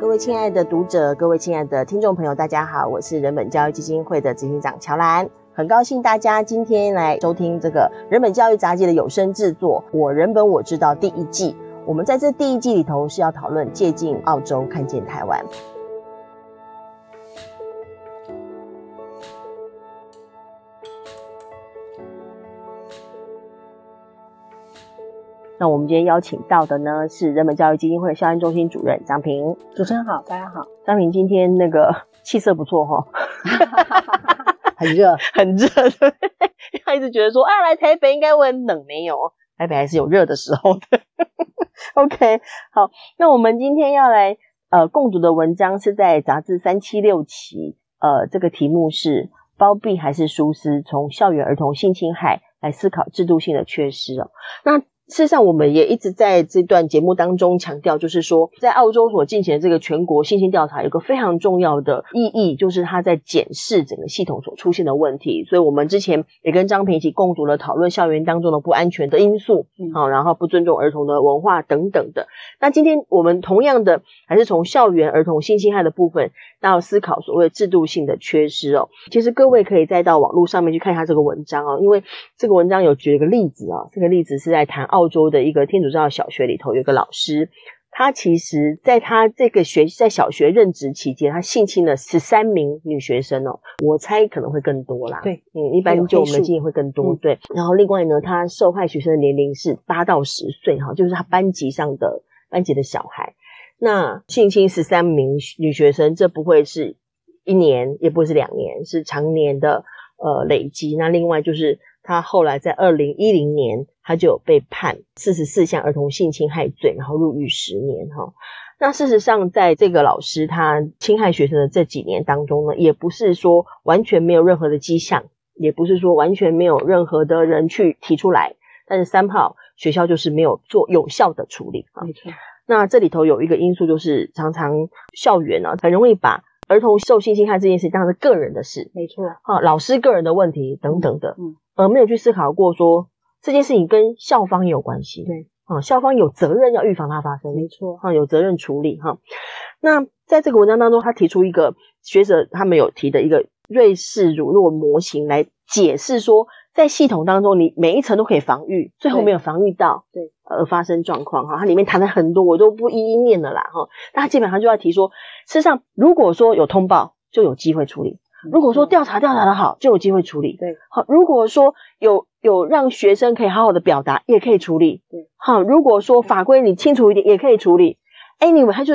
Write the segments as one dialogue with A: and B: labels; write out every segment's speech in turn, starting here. A: 各位亲爱的读者，各位亲爱的听众朋友，大家好，我是人本教育基金会的执行长乔兰。很高兴大家今天来收听这个人本教育杂技的有声制作《我人本我知道》第一季。我们在这第一季里头是要讨论借鉴澳洲，看见台湾。那我们今天邀请到的呢是人本教育基金会校园中心主任张平。
B: 主持人好，大家好，
A: 张平今天那 个气色不错哈、
B: 很热，
A: 很热，对不对？他一直觉得说啊，来台北应该会很冷，没有，台北还是有热的时候的。OK，好，那我们今天要来呃共读的文章是在杂志三七六期，呃，这个题目是“包庇还是疏失？从校园儿童性侵害来思考制度性的缺失”哦。那事实上，我们也一直在这段节目当中强调，就是说，在澳洲所进行的这个全国性侵调查，有个非常重要的意义，就是它在检视整个系统所出现的问题。所以，我们之前也跟张平一起共读了讨论校园当中的不安全的因素，
B: 嗯
A: 好、然后不尊重儿童的文化等等的。那今天我们同样的，还是从校园儿童性侵害的部分，到思考所谓制度性的缺失哦。其实各位可以再到网络上面去看一下这个文章哦，因为这个文章有举一个例子啊、这个例子是在谈澳洲的一个天主教小学里头有一个老师，他其实在他这个学在小学任职期间，他性侵了十三名女学生哦，我猜可能会更多啦。
B: 对，
A: 嗯，一般就我们的经验会更多。
B: 嗯
A: 对，然后另外呢，他受害学生的年龄是八到十岁哈，就是他班级上的班级的小孩。那性侵十三名女学生，这不会是一年，也不会是两年，是常年的呃累积。那另外就是他后来在二零一零年，他就有被判四十四项儿童性侵害罪，然后入狱十年哈、那事实上，在这个老师他侵害学生的这几年当中呢，也不是说完全没有任何的迹象，也不是说完全没有任何的人去提出来，但是三号学校就是没有做有效的处理啊。
B: 没错，
A: 那这里头有一个因素，就是常常校园啊，很容易把儿童受性侵害这件事情当成个人的事
B: 没错，
A: 啊，老师个人的问题等等的，
B: 嗯嗯
A: 而没有去思考过说这件事情跟校方也有关系，
B: 对
A: 啊，校方有责任要预防它发生，
B: 没错，
A: 哈，有责任处理哈。那在这个文章当中，他提出一个学者他们有提的一个瑞士乳酪模型来解释说，在系统当中，你每一层都可以防御，最后
B: 对
A: 没有防御到，
B: 对，
A: 而发生状况哈。它里面谈了很多，我都不一一念了啦哈。那他基本上就要提说，事实上如果说有通报，就有机会处理。如果说
B: 没错
A: 调查调查的好，就有机会处理。
B: 对，
A: 好，如果说有有让学生可以好好的表达，也可以处理。
B: 对，
A: 好，如果说法规你清楚一点，也可以处理。Anyway，他就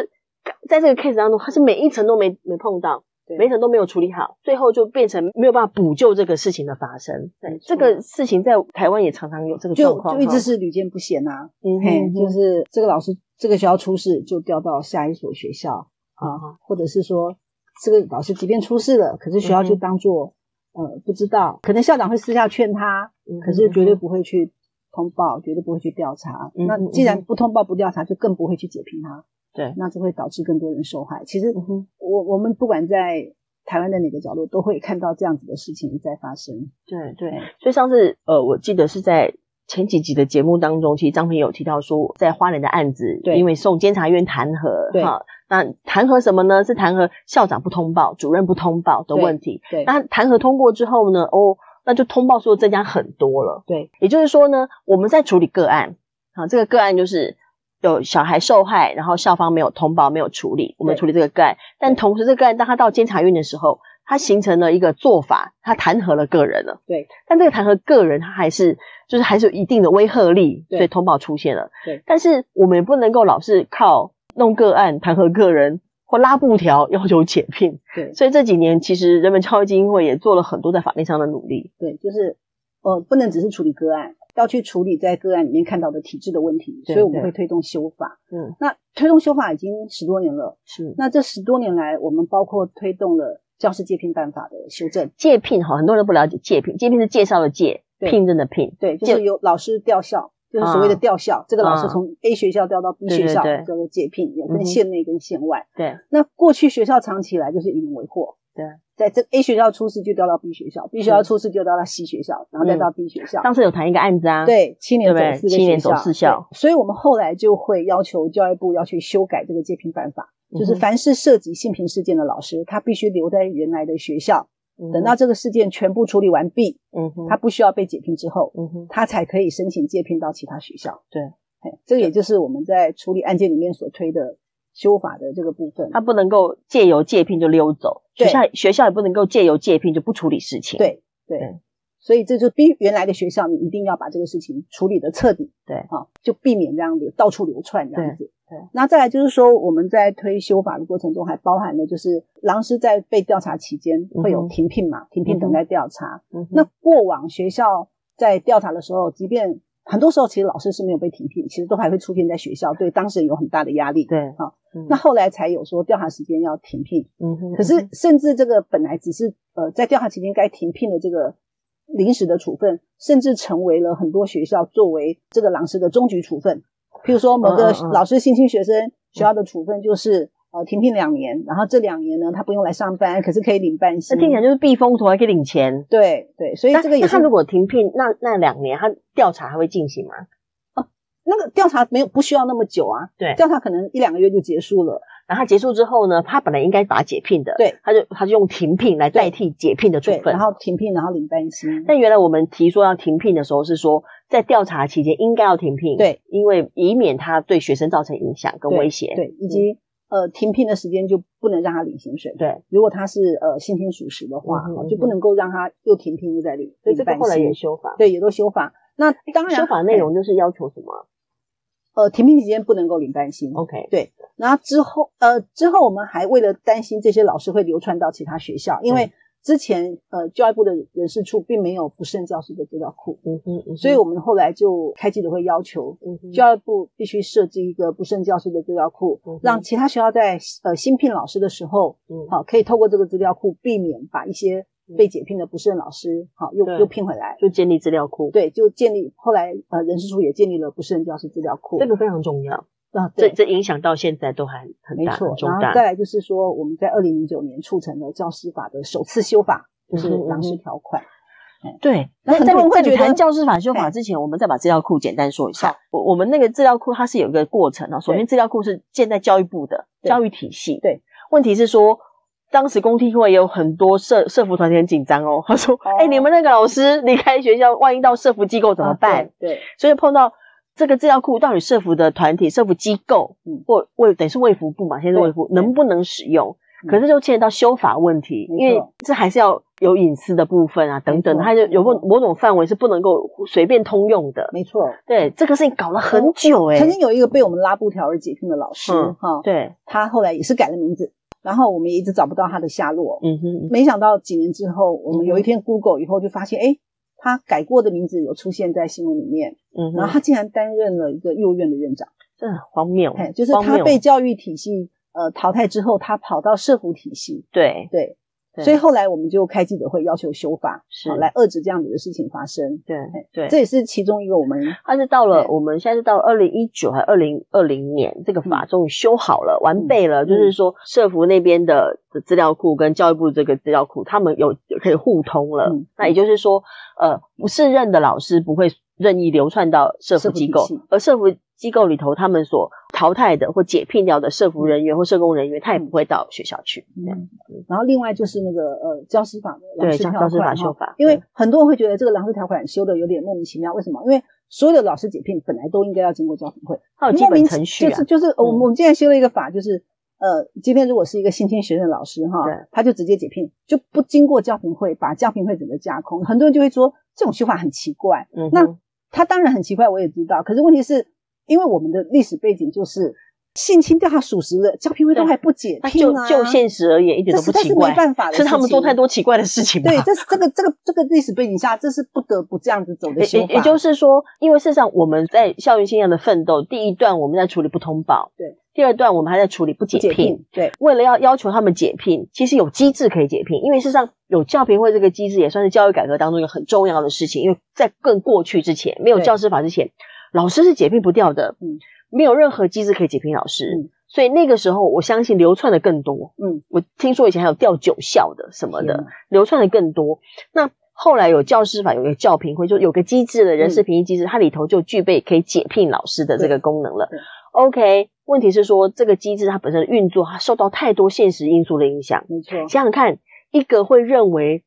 A: 在这个 case 当中，他是每一层都没没碰到，
B: 对
A: 每一层都没有处理好，最后就变成没有办法补救这个事情的发生。
B: 没错
A: 这个事情在台湾也常常有这个状
B: 就
A: 况哈，
B: 就一直是屡见不鲜呐、
A: 嗯
B: 嘿，
A: 哼
B: 就是这个老师这个学校出事，就调到下一所学校
A: 嗯
B: 啊，或者是说这个老师即便出事了，可是学校
A: 嗯
B: 就
A: 哼
B: 当做、呃不知道，可能校长会私下劝他，
A: 嗯哼
B: 可是绝对不会去。通报绝对不会去调查，
A: 嗯哼
B: 那既
A: 嗯
B: 然不通报不调查，就更不会去解评他，
A: 对，
B: 那就会导致更多人受害。其实
A: 嗯哼
B: 我我们不管在台湾的哪个角落，都会看到这样子的事情在发生。
A: 对对。
B: 对，
A: 所以上次呃，我记得是在前几集的节目当中，其实张平有提到说，在花莲的案子，
B: 对
A: 因为送监察院弹劾，
B: 对
A: 哈，那弹劾什么呢？是弹劾校长不通报、主任不通报的问题。
B: 对
A: 那弹劾通过之后呢，哦，那就通报数增加很多了。
B: 对，
A: 也就是说呢，我们在处理个案，啊，这个个案就是。有小孩受害，然后校方没有通报、没有处理，我们
B: 对
A: 处理这个个案。但同时，这个个案当他到监察院的时候，他形成了一个做法，他弹劾了个人了。
B: 对，
A: 但这个弹劾个人，他还是就是还是有一定的威吓力，
B: 对
A: 所以通报出现了。
B: 对，
A: 但是我们也不能够老是靠弄个案弹劾个人或拉布条要求解聘。
B: 对
A: 所以这几年其实人本教育基金会也做了很多在法律上的努力。
B: 对，就是呃，不能只是处理个案，要去处理在个案里面看到的体制的问题，
A: 对
B: 所以我们
A: 对
B: 会推动修法。
A: 嗯，
B: 那推动修法已经十多年了，
A: 是
B: 那这十多年来，我们包括推动了教师借聘办法的修正，
A: 借聘哈，很多人都不了解借聘，借聘是介绍的借，
B: 对
A: 聘任的聘。
B: 对，就
A: 借
B: 是有老师调校。就是所谓的
A: 啊
B: 调校，这个老师
A: 啊
B: 从 A 学校调到 B
A: 对
B: 学
A: 对
B: 校，
A: 对
B: 叫做借聘，有
A: 嗯哼
B: 分县内跟县外。
A: 对
B: 那过去学校长期以来就是以人为祸，
A: 对。
B: 在这 A 学校出事就调到 B 学校，B 学校出事就调到 C 学校，然后再到 D 学校。
A: 上次有谈一个案子啊，，
B: 对，七年走
A: 嗯对不对
B: 四个
A: 七年
B: 学校
A: 走四校
B: 对所以我们后来就会要求教育部要去修改这个借聘办法，
A: 嗯
B: 就是凡是涉及性平事件的老师，他必须留在原来的学校，等到这个事件全部处理完毕，
A: 嗯哼，
B: 他不需要被解聘之后，
A: 嗯哼，
B: 他才可以申请借聘到其他学校。
A: 对
B: 嘿，这个也就是我们在处理案件里面所推的修法的这个部分。
A: 他不能够借由借聘就溜走，学
B: 对
A: 校学校也不能够借由借聘就不处理事情。
B: 对对，
A: 对
B: 所以这就逼原来的学校，你一定要把这个事情处理的彻底，
A: 对
B: 啊，就避免这样流到处流窜这样子。
A: 对对
B: 那再来就是说，我们在推修法的过程中，还包含了就是狼师在被调查期间
A: 嗯
B: 会
A: 哼
B: 有停聘嘛，停聘等待调查。
A: 嗯哼，
B: 那过往学校在调查的时候，即便很多时候其实老师是没有被停聘，其实都还会出现在学校，对当事人有很大的压力。，
A: 对
B: 好，
A: 嗯
B: 那后来才有说调查时间要停聘，
A: 嗯哼，
B: 可是甚至这个本来只是呃在调查期间该停聘的这个临时的处分，甚至成为了很多学校作为这个老师的终局处分。譬如说某
A: 嗯
B: 个
A: 嗯嗯
B: 老师性侵学生，学校的处分就是呃停聘两年，然后这两年呢他不用来上班，可是可以领半
A: 那
B: 薪。
A: 听起来就是避风头还可以领钱。
B: 对对，所以
A: 那
B: 这个也
A: 那
B: 是
A: 他如果停聘那那两年，他调查还会进行吗？
B: 那个调查没有不需要那么久啊，
A: 对
B: 调查可能一两个月就结束了。
A: 然后他结束之后呢，他本来应该把他解聘的，
B: 对，
A: 他就他就用停聘来代替解聘的处
B: 对，
A: 分
B: 然。后停聘，然后领半薪。
A: 但原来我们提说要停聘的时候，是说在调查期间应该要停聘，
B: 对，
A: 因为以免他对学生造成影响跟
B: 对
A: 威胁，嗯
B: 对，以及、呃停聘的时间就不能让他领薪水。
A: 对，
B: 如果他是呃性侵属实的话，
A: 嗯哼嗯
B: 哦
A: 哼
B: 就不能够让他又停聘又再领，
A: 所以这个
B: 领半
A: 后来
B: 薪
A: 也修法，
B: 对也都修法。那当然啊
A: 修法内容就是要求什么
B: 呃停聘期间不能够领半薪。
A: ？OK，
B: 然后之后呃之后我们还为了担心这些老师会流传到其他学校，因
A: 嗯
B: 为之前呃教育部的人事处并没有不慎教师的资料库，
A: 嗯哼，嗯哼
B: 所以我们后来就开记者会要求。
A: 嗯哼
B: 教育部必须设置一个不慎教师的资料库，
A: 嗯哼
B: 让其他学校在呃新聘老师的时候，
A: 嗯
B: 好，可以透过这个资料库避免把一些被解聘的不慎老师，好又
A: 对
B: 又聘回来。
A: 就建立资料库，
B: 对，就建立后来呃人事处也建立了不慎教师资料库。
A: 这个非常重要，
B: 啊，
A: 这
B: 对，
A: 这影响到现在都还很
B: 没
A: 大，
B: 错
A: 很。重
B: 然后
A: 大
B: 再。来就是说，我们在二零零九年促成了教师法的首次修法，就是
A: 嗯哼
B: 狼
A: 嗯
B: 师
A: 哼
B: 条款。
A: 对，
B: 那
A: 那
B: 很
A: 在
B: 多
A: 你
B: 人会
A: 在你
B: 觉得
A: 谈教师法修法
B: 嘿
A: 之前，我们再把资料库简单说一下
B: 好。
A: 我我们那个资料库它是有一个过程哦，首先资料库是建在教育部的
B: 对
A: 教育体系。
B: 对，
A: 问题是说。当时工体会有很多社社服团体很紧张哦，他说：“哎、你们那个老师离开学校，万一到社服机构怎么
B: 啊
A: 办？”？
B: 对对，
A: 所以碰到这个资料库到底社服的团体、社服机构，
B: 嗯
A: 或卫等于是卫福部嘛，现在是卫福
B: 对
A: 能不能使用？
B: 嗯
A: 可是就牵扯到修法问题，
B: 没错
A: 因为这还是要有隐私的部分啊，等等，
B: 没错
A: 它就有某
B: 没错
A: 某种范围是不能够随便通用的。
B: 没错。
A: 对，这个事情搞了很久哎、
B: 哦曾经有一个被我们拉布条而解聘的老师，
A: 嗯
B: 哈，
A: 对，
B: 他后来也是改了名字，然后我们也一直找不到他的下落。
A: 嗯哼，
B: 没想到几年之后，我
A: 嗯
B: 们有一天 Google 以后就发现，哎、他改过的名字有出现在新闻里面，
A: 嗯
B: 然后
A: 哼，
B: 他竟然担任了一个幼院的院长，
A: 这很荒谬
B: 哎，，就是
A: 荒
B: 他
A: 谬
B: 被教育体系呃淘汰之后，他跑到社福体系，
A: 对，
B: 对，
A: 对
B: 所以后来我们就开记者会要求修法，
A: 是
B: 好来遏制这样子的事情发生，
A: 对
B: 哎
A: 对，
B: 这也是其中一个我们
A: 它是到了
B: 对
A: 我们现在是到二零一九还二零二零年，这个法
B: 嗯
A: 终于修好了，完备了。就是说，社福那边的的资料库跟教育部这个资料库，他们有有可以互通了。
B: 嗯
A: 那也就是说，呃，不适任的老师不会任意流窜到社福
B: 社福
A: 机
B: 体
A: 构
B: 系，
A: 而社福机构里头他们所淘汰的或解聘掉的社服人员或社工人员，他也不会到学校去。
B: 嗯，然后另外就是那个呃教师法的
A: 对
B: 狼师
A: 教教
B: 条款
A: 师法
B: 哈
A: 修法
B: 因为
A: 对
B: 很多人会觉得这个狼师条款修的有点莫名其妙，为什么？因为所有的老师解聘本来都应该要经过教辅会，
A: 它有基
B: 莫
A: 本
B: 名
A: 程序
B: 就
A: 啊
B: 是，就是呃我
A: 嗯
B: 们我们现在修了一个法，就是呃今天如果是一个性侵学生的老师哈
A: 对，
B: 他就直接解聘，就不经过教评会，把教评会整个架空，很多人就会说这种修法很奇怪。
A: 嗯哼
B: 那他当然很奇怪，我也知道，可是问题是因为我们的历史背景就是性侵调查属实了，教评会都
A: 对
B: 还不解
A: 那
B: 聘
A: 就
B: 啊，
A: 就现实而言，一点
B: 这
A: 都不
B: 实在
A: 奇
B: 是没
A: 怪。
B: 办法的事
A: 是
B: 情，
A: 他们做太多奇怪的事情吧？
B: 对，这是这个这个这个历史背景下，这是不得不这样子走的
A: 也
B: 修
A: 也
B: 法。
A: 也就是说，因为事实上我们在校园现象的奋斗，第一段我们在处理不通报，
B: 对；
A: 第二段我们还在处理不解聘。
B: 解聘，对
A: 为了要要求他们解聘，其实有机制可以解聘，因为事实上有教评会这个机制也算是教育改革当中一个很重要的事情，因为在更过去之前，没有
B: 对
A: 教师法之前，老师是解聘不掉的，
B: 嗯
A: 没有任何机制可以解聘老师。
B: 嗯
A: 所以那个时候，我相信流窜的更多。
B: 嗯，
A: 我听说以前还有调九校的什么的
B: 天哪，
A: 流窜的更多。那后来有教师法，有一个教评会，就有个机制的人事评议机制，它里头就具备可以解聘老师的这个功能了
B: 对对。
A: OK，问题是说这个机制它本身的运作，它受到太多现实因素的影响。
B: 没错，
A: 想想看，一个会认为，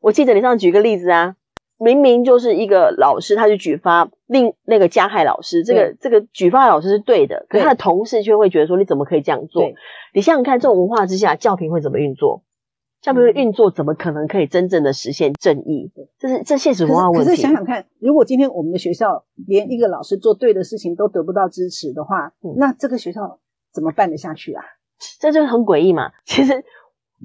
A: 我记得你上次举个例子啊，明明就是一个老师，他去举发另那个加害老师，这个这个举发的老师是对的，可
B: 对
A: 他的同事却会觉得说你怎么可以这样做
B: 对？嗯
A: 你想想看，这种文化之下，教评会怎么运作？教评会运作怎么可能可以真正的实现正义？这是这现实
B: 可
A: 文化问
B: 是可是
A: 题
B: 想。想看，如果今天我们的学校连一个老师做对的事情都得不到支持的话，
A: 嗯
B: 那这个学校怎么办得下去啊？
A: 这就很诡异嘛。其实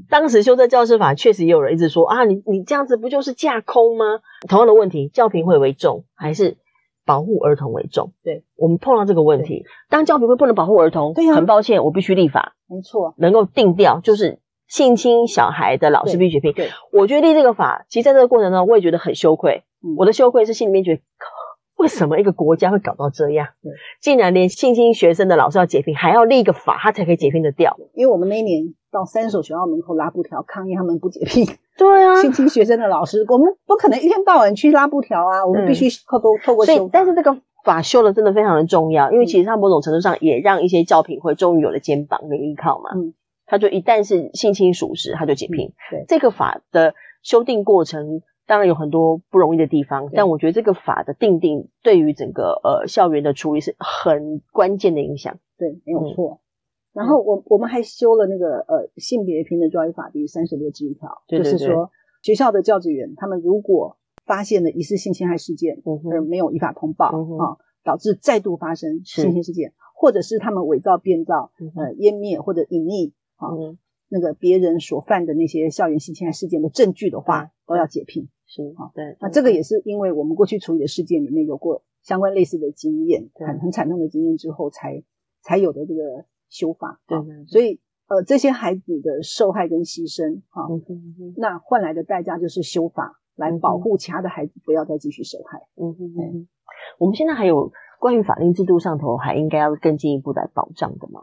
A: 当时修正教师法确实也有人一直说啊，你你这样子不就是架空吗？同样的问题，教评会为重还是保护儿童为重？
B: 对，
A: 我们碰到这个问题，当教评会不能保护儿童，
B: 对呀
A: 很抱歉，我必须立法
B: 没错，
A: 能够定调，就是性侵小孩的老师必须批评。
B: 对，
A: 我觉得立这个法，其实在这个过程中，我也觉得很羞愧。
B: 嗯
A: 我的羞愧是心里面觉得，靠为什么一个国家会搞到这样
B: 对？
A: 竟然连性侵学生的老师要解聘，还要立一个法，他才可以解聘得掉。
B: 因为我们那一年到三所学校门口拉布条抗议他们不解聘
A: 对 啊，
B: 性侵学生的老师，我们不可能一天到晚去拉布条啊，我们必须透过透
A: 嗯
B: 过嗯
A: 所
B: 修
A: 以，
B: 法。
A: 但是这个法修的真的非常的重要，因为其实它某种程度上也让一些教评会终于有了肩膀跟依靠嘛。
B: 嗯，
A: 他就一旦是性侵属实，他就解聘。
B: 对
A: 这个法的修订过程当然有很多不容易的地方，但我觉得这个法的定定对于整个呃校园的处理是很关键的影响。
B: 对，没
A: 嗯
B: 有错。然后我我们还修了那个呃性别平等教育法第三十六之一条，
A: 对对
B: 就是说学校的教职员他们如果发现了疑似性侵害事件
A: 嗯哼
B: 而没有依法通报啊、
A: 嗯哼
B: 导致再度发生
A: 是
B: 性侵事件，或者是他们伪造、变造、
A: 嗯哼
B: 呃湮灭或者隐匿啊、
A: 嗯，
B: 那个别人所犯的那些校园性侵害事件的证据的话，
A: 嗯
B: 都要解聘。
A: 是
B: 好
A: 对。
B: 那这个也是因为我们过去处理的事件里面有过相关类似的经验，
A: 对
B: 很很惨痛的经验之后才才有的这个修法。
A: 对
B: 啊
A: 对对
B: 所以呃，这些孩子的受害跟牺牲哈、
A: 嗯哼嗯哼
B: 那换来的代价就是修法来保护其他的孩子不要再继续受害。
A: 嗯哼嗯
B: 对
A: 哼，我们现在还有关于法令制度上头还应该要更进一步来保障的吗？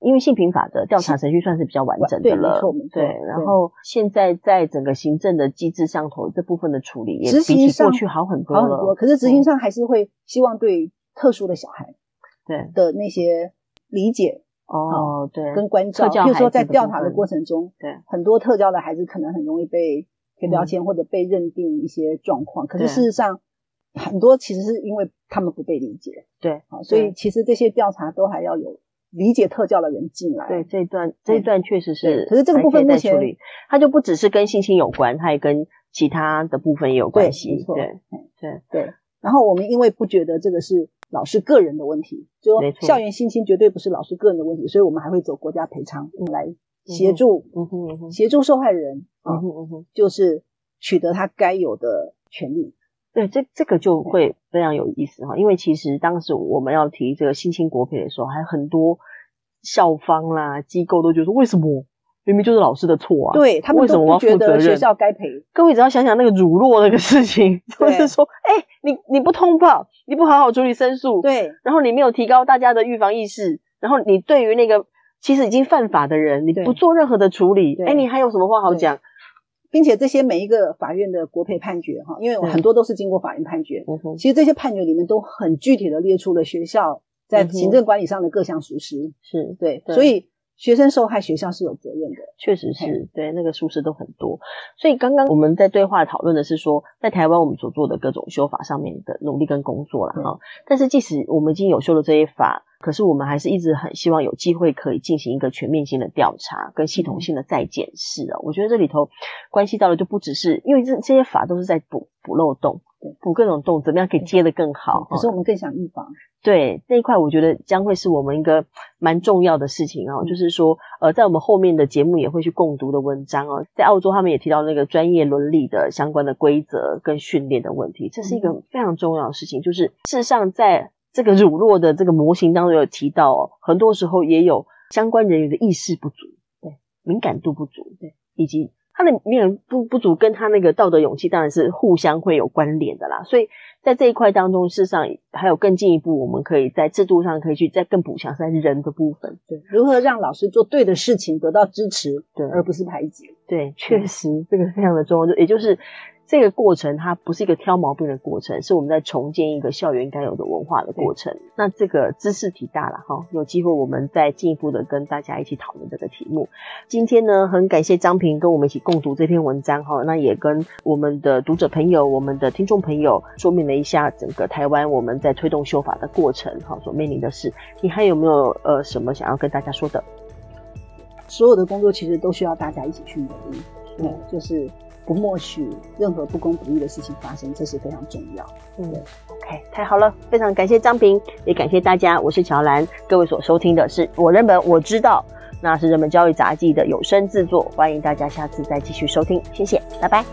A: 因为性平法的调查程序算是比较完整的
B: 对
A: 了
B: 没错没，错
A: 对。
B: 对
A: 然后现在在整个行政的机制上头，这部分的处理也
B: 执
A: 比
B: 行
A: 起
B: 上
A: 过去好很多
B: 好很多，
A: 了。嗯
B: 可是执行上还是会希望对特殊的小孩
A: 对，
B: 的那些理解
A: 哦，对，
B: 跟关照，
A: 特教
B: 譬如
A: 孩
B: 说
A: 子
B: 在
A: 的
B: 调
A: 部
B: 查的
A: 分
B: 过程中，
A: 对嗯
B: 很多特教的孩子可能很容易被贴标签或者被认定一些状况，可是
A: 对
B: 事实上很多其实是因为他们不被理解
A: 对，
B: 啊，所以其实这些调查都还要有理解特教的人进来，
A: 对这一段这一段确实是，
B: 对可是这个部分目前
A: 处理，它就不只是跟性侵有关，它也跟其他的部分也有关系。
B: 没错
A: 对
B: 对。然后我们因为不觉得这个是老师个人的问题，就
A: 没
B: 说
A: 错
B: 校园性侵绝对不是老师个人的问题，所以我们还会走国家赔偿来协助、
A: 嗯哼嗯哼
B: 协助受害人啊，
A: 嗯哼嗯哼。
B: 就是取得他该有的权利。
A: 对，这这个就会非常有意思哈，因为其实当时我们要提这个新兴国培的时候，还有很多校方啦、机构都觉得说，为什么明明就是老师的错啊？，
B: 对他们
A: 为什
B: 都
A: 么我要
B: 不觉
A: 负责
B: 得学
A: 任
B: 校该赔，
A: 各位只要想想那个辱落那个事情， 就
B: 对
A: 是说，哎、你你不通报，你不好好处理申诉，，
B: 对
A: 然后你没有提高大家的预防意识，然后你对于那个其实已经犯法的人，你
B: 对
A: 不做任何的处理，
B: 对
A: 哎，你还有什么话好
B: 对
A: 讲？
B: 并且这些每一个法院的国赔判决哈，因为
A: 对
B: 很多都是经过法院判决，
A: 嗯哼，
B: 其实这些判决里面都很具体的列出了学校在
A: 嗯哼
B: 行政管理上的各项疏失，
A: 是。
B: 对，
A: 对
B: 所以学生受害，学校是有责任的，
A: 确实是对那个舒适都很多，所以刚刚我们在对话讨论的是说，在台湾我们所做的各种修法上面的努力跟工作了
B: 对
A: 哈。但是即使我们已经有修了这些法，可是我们还是一直很希望有机会可以进行一个全面性的调查跟系
B: 嗯
A: 统性的再检视啊。我觉得这里头关系到的就不只是因为这这些法都是在补补漏洞
B: 对，
A: 补各种洞，怎么样可以接得更好？哦
B: 可
A: 哈
B: 是我们更想预防，
A: 对那一块，我觉得将会是我们一个蛮重要的事情哦，
B: 嗯
A: 就是说，呃，在我们后面的节目也会去共读的文章哦，在澳洲他们也提到那个专业伦理的相关的规则跟训练的问题，这是一
B: 嗯
A: 个非常重要的事情。就是事实上，在这个乳酪的这个模型当中有提到哦，很多时候也有相关人员的意识不足，
B: 对，
A: 敏感度不足，
B: 对，
A: 以及他的敏感不不足跟他那个道德勇气当然是互相会有关联的啦，所以在这一块当中，事实上还有更进一步，我们可以在制度上可以去再更补强在人的部分。
B: 对，如何让老师做对的事情得到支持，
A: 对
B: 而不是排挤，
A: 对，确实这个非常的重要，就也就是这个过程它不是一个挑毛病的过程，是我们在重建一个校园该有的文化的过程。那这个知识体大了哈，有机会我们再进一步的跟大家一起讨论这个题目。今天呢，很感谢张平跟我们一起共读这篇文章哈，那也跟我们的读者朋友、我们的听众朋友说明了一下整个台湾我们在推动修法的过程哈所面临的事。你还有没有呃什么想要跟大家说的？
B: 所有的工作其实都需要大家一起去努力，对，
A: 嗯
B: 就是不默许任何不公不义的事情发生，这是非常重要。
A: 嗯，OK，太好了，非常感谢张平，也感谢大家，我是乔兰，各位所收听的是我人本我知道，那是人本教育杂技的有声制作，欢迎大家下次再继续收听，谢谢，拜拜。